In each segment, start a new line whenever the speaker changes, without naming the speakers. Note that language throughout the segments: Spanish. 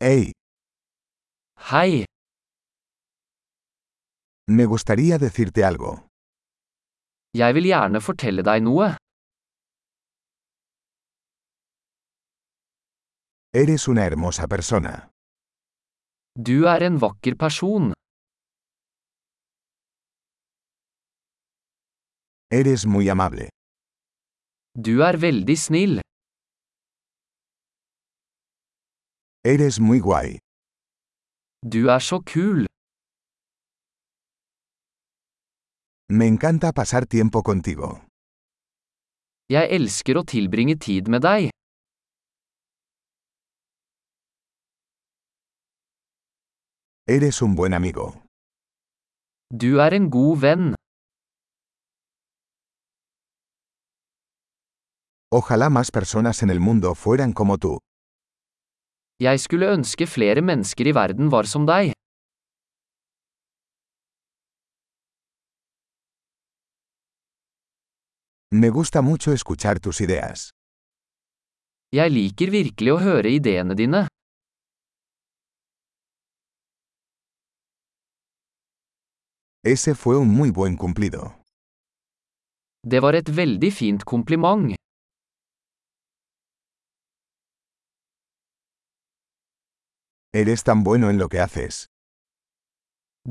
Hey,
Hei,
me gustaría decirte algo.
jeg vil gjerne fortelle deg noe.
Eres una hermosa persona.
Du er en vakker person.
Eres muy amable.
Du er veldig snill.
Eres muy guay.
Du er så kul.
Me encanta pasar tiempo contigo.
Jeg elsker å tilbringe tid med deg.
Eres un buen amigo.
Du er en god venn.
Ojalá más personas en el mundo fueran como tú.
Jeg skulle ønske flere mennesker i verden var som deg.
Me gusta mucho escuchar tus ideas.
Jeg liker virkelig å høre ideene dine.
Ese fue un muy buen cumplido.
Det var et veldig fint kompliment.
Eres tan bueno en lo que haces.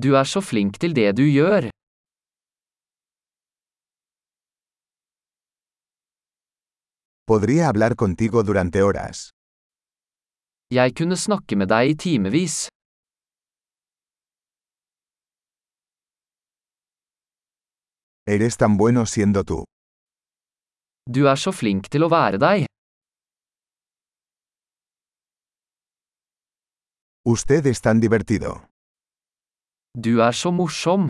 Du er så flink til det du gjør.
Podría hablar contigo durante horas.
Jeg kunne snakke med deg i timevis.
Eres tan bueno siendo tú.
Du er så flink til å være deg.
Usted es tan divertido.
Du er så morsom.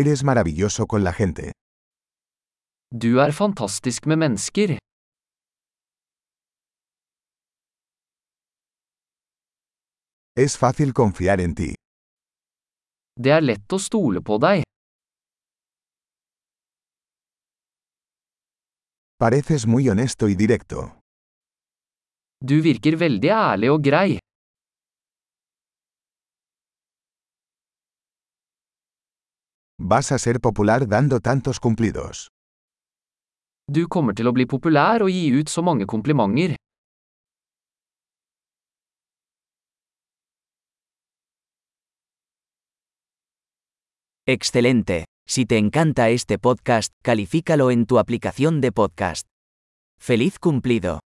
Eres maravilloso con la gente.
Du er fantastisk med mennesker.
Es fácil confiar en ti.
Det er lett å stole på deg.
Pareces muy honesto y directo.
Du virker veldig ærlig og grei.
Vas a ser popular dando tantos cumplidos.
Du kommer til å bli populær og gi ut så mange komplimenter.
Excelente. Si te encanta este podcast, califícalo en tu aplicación de podcast. ¡Feliz cumplido!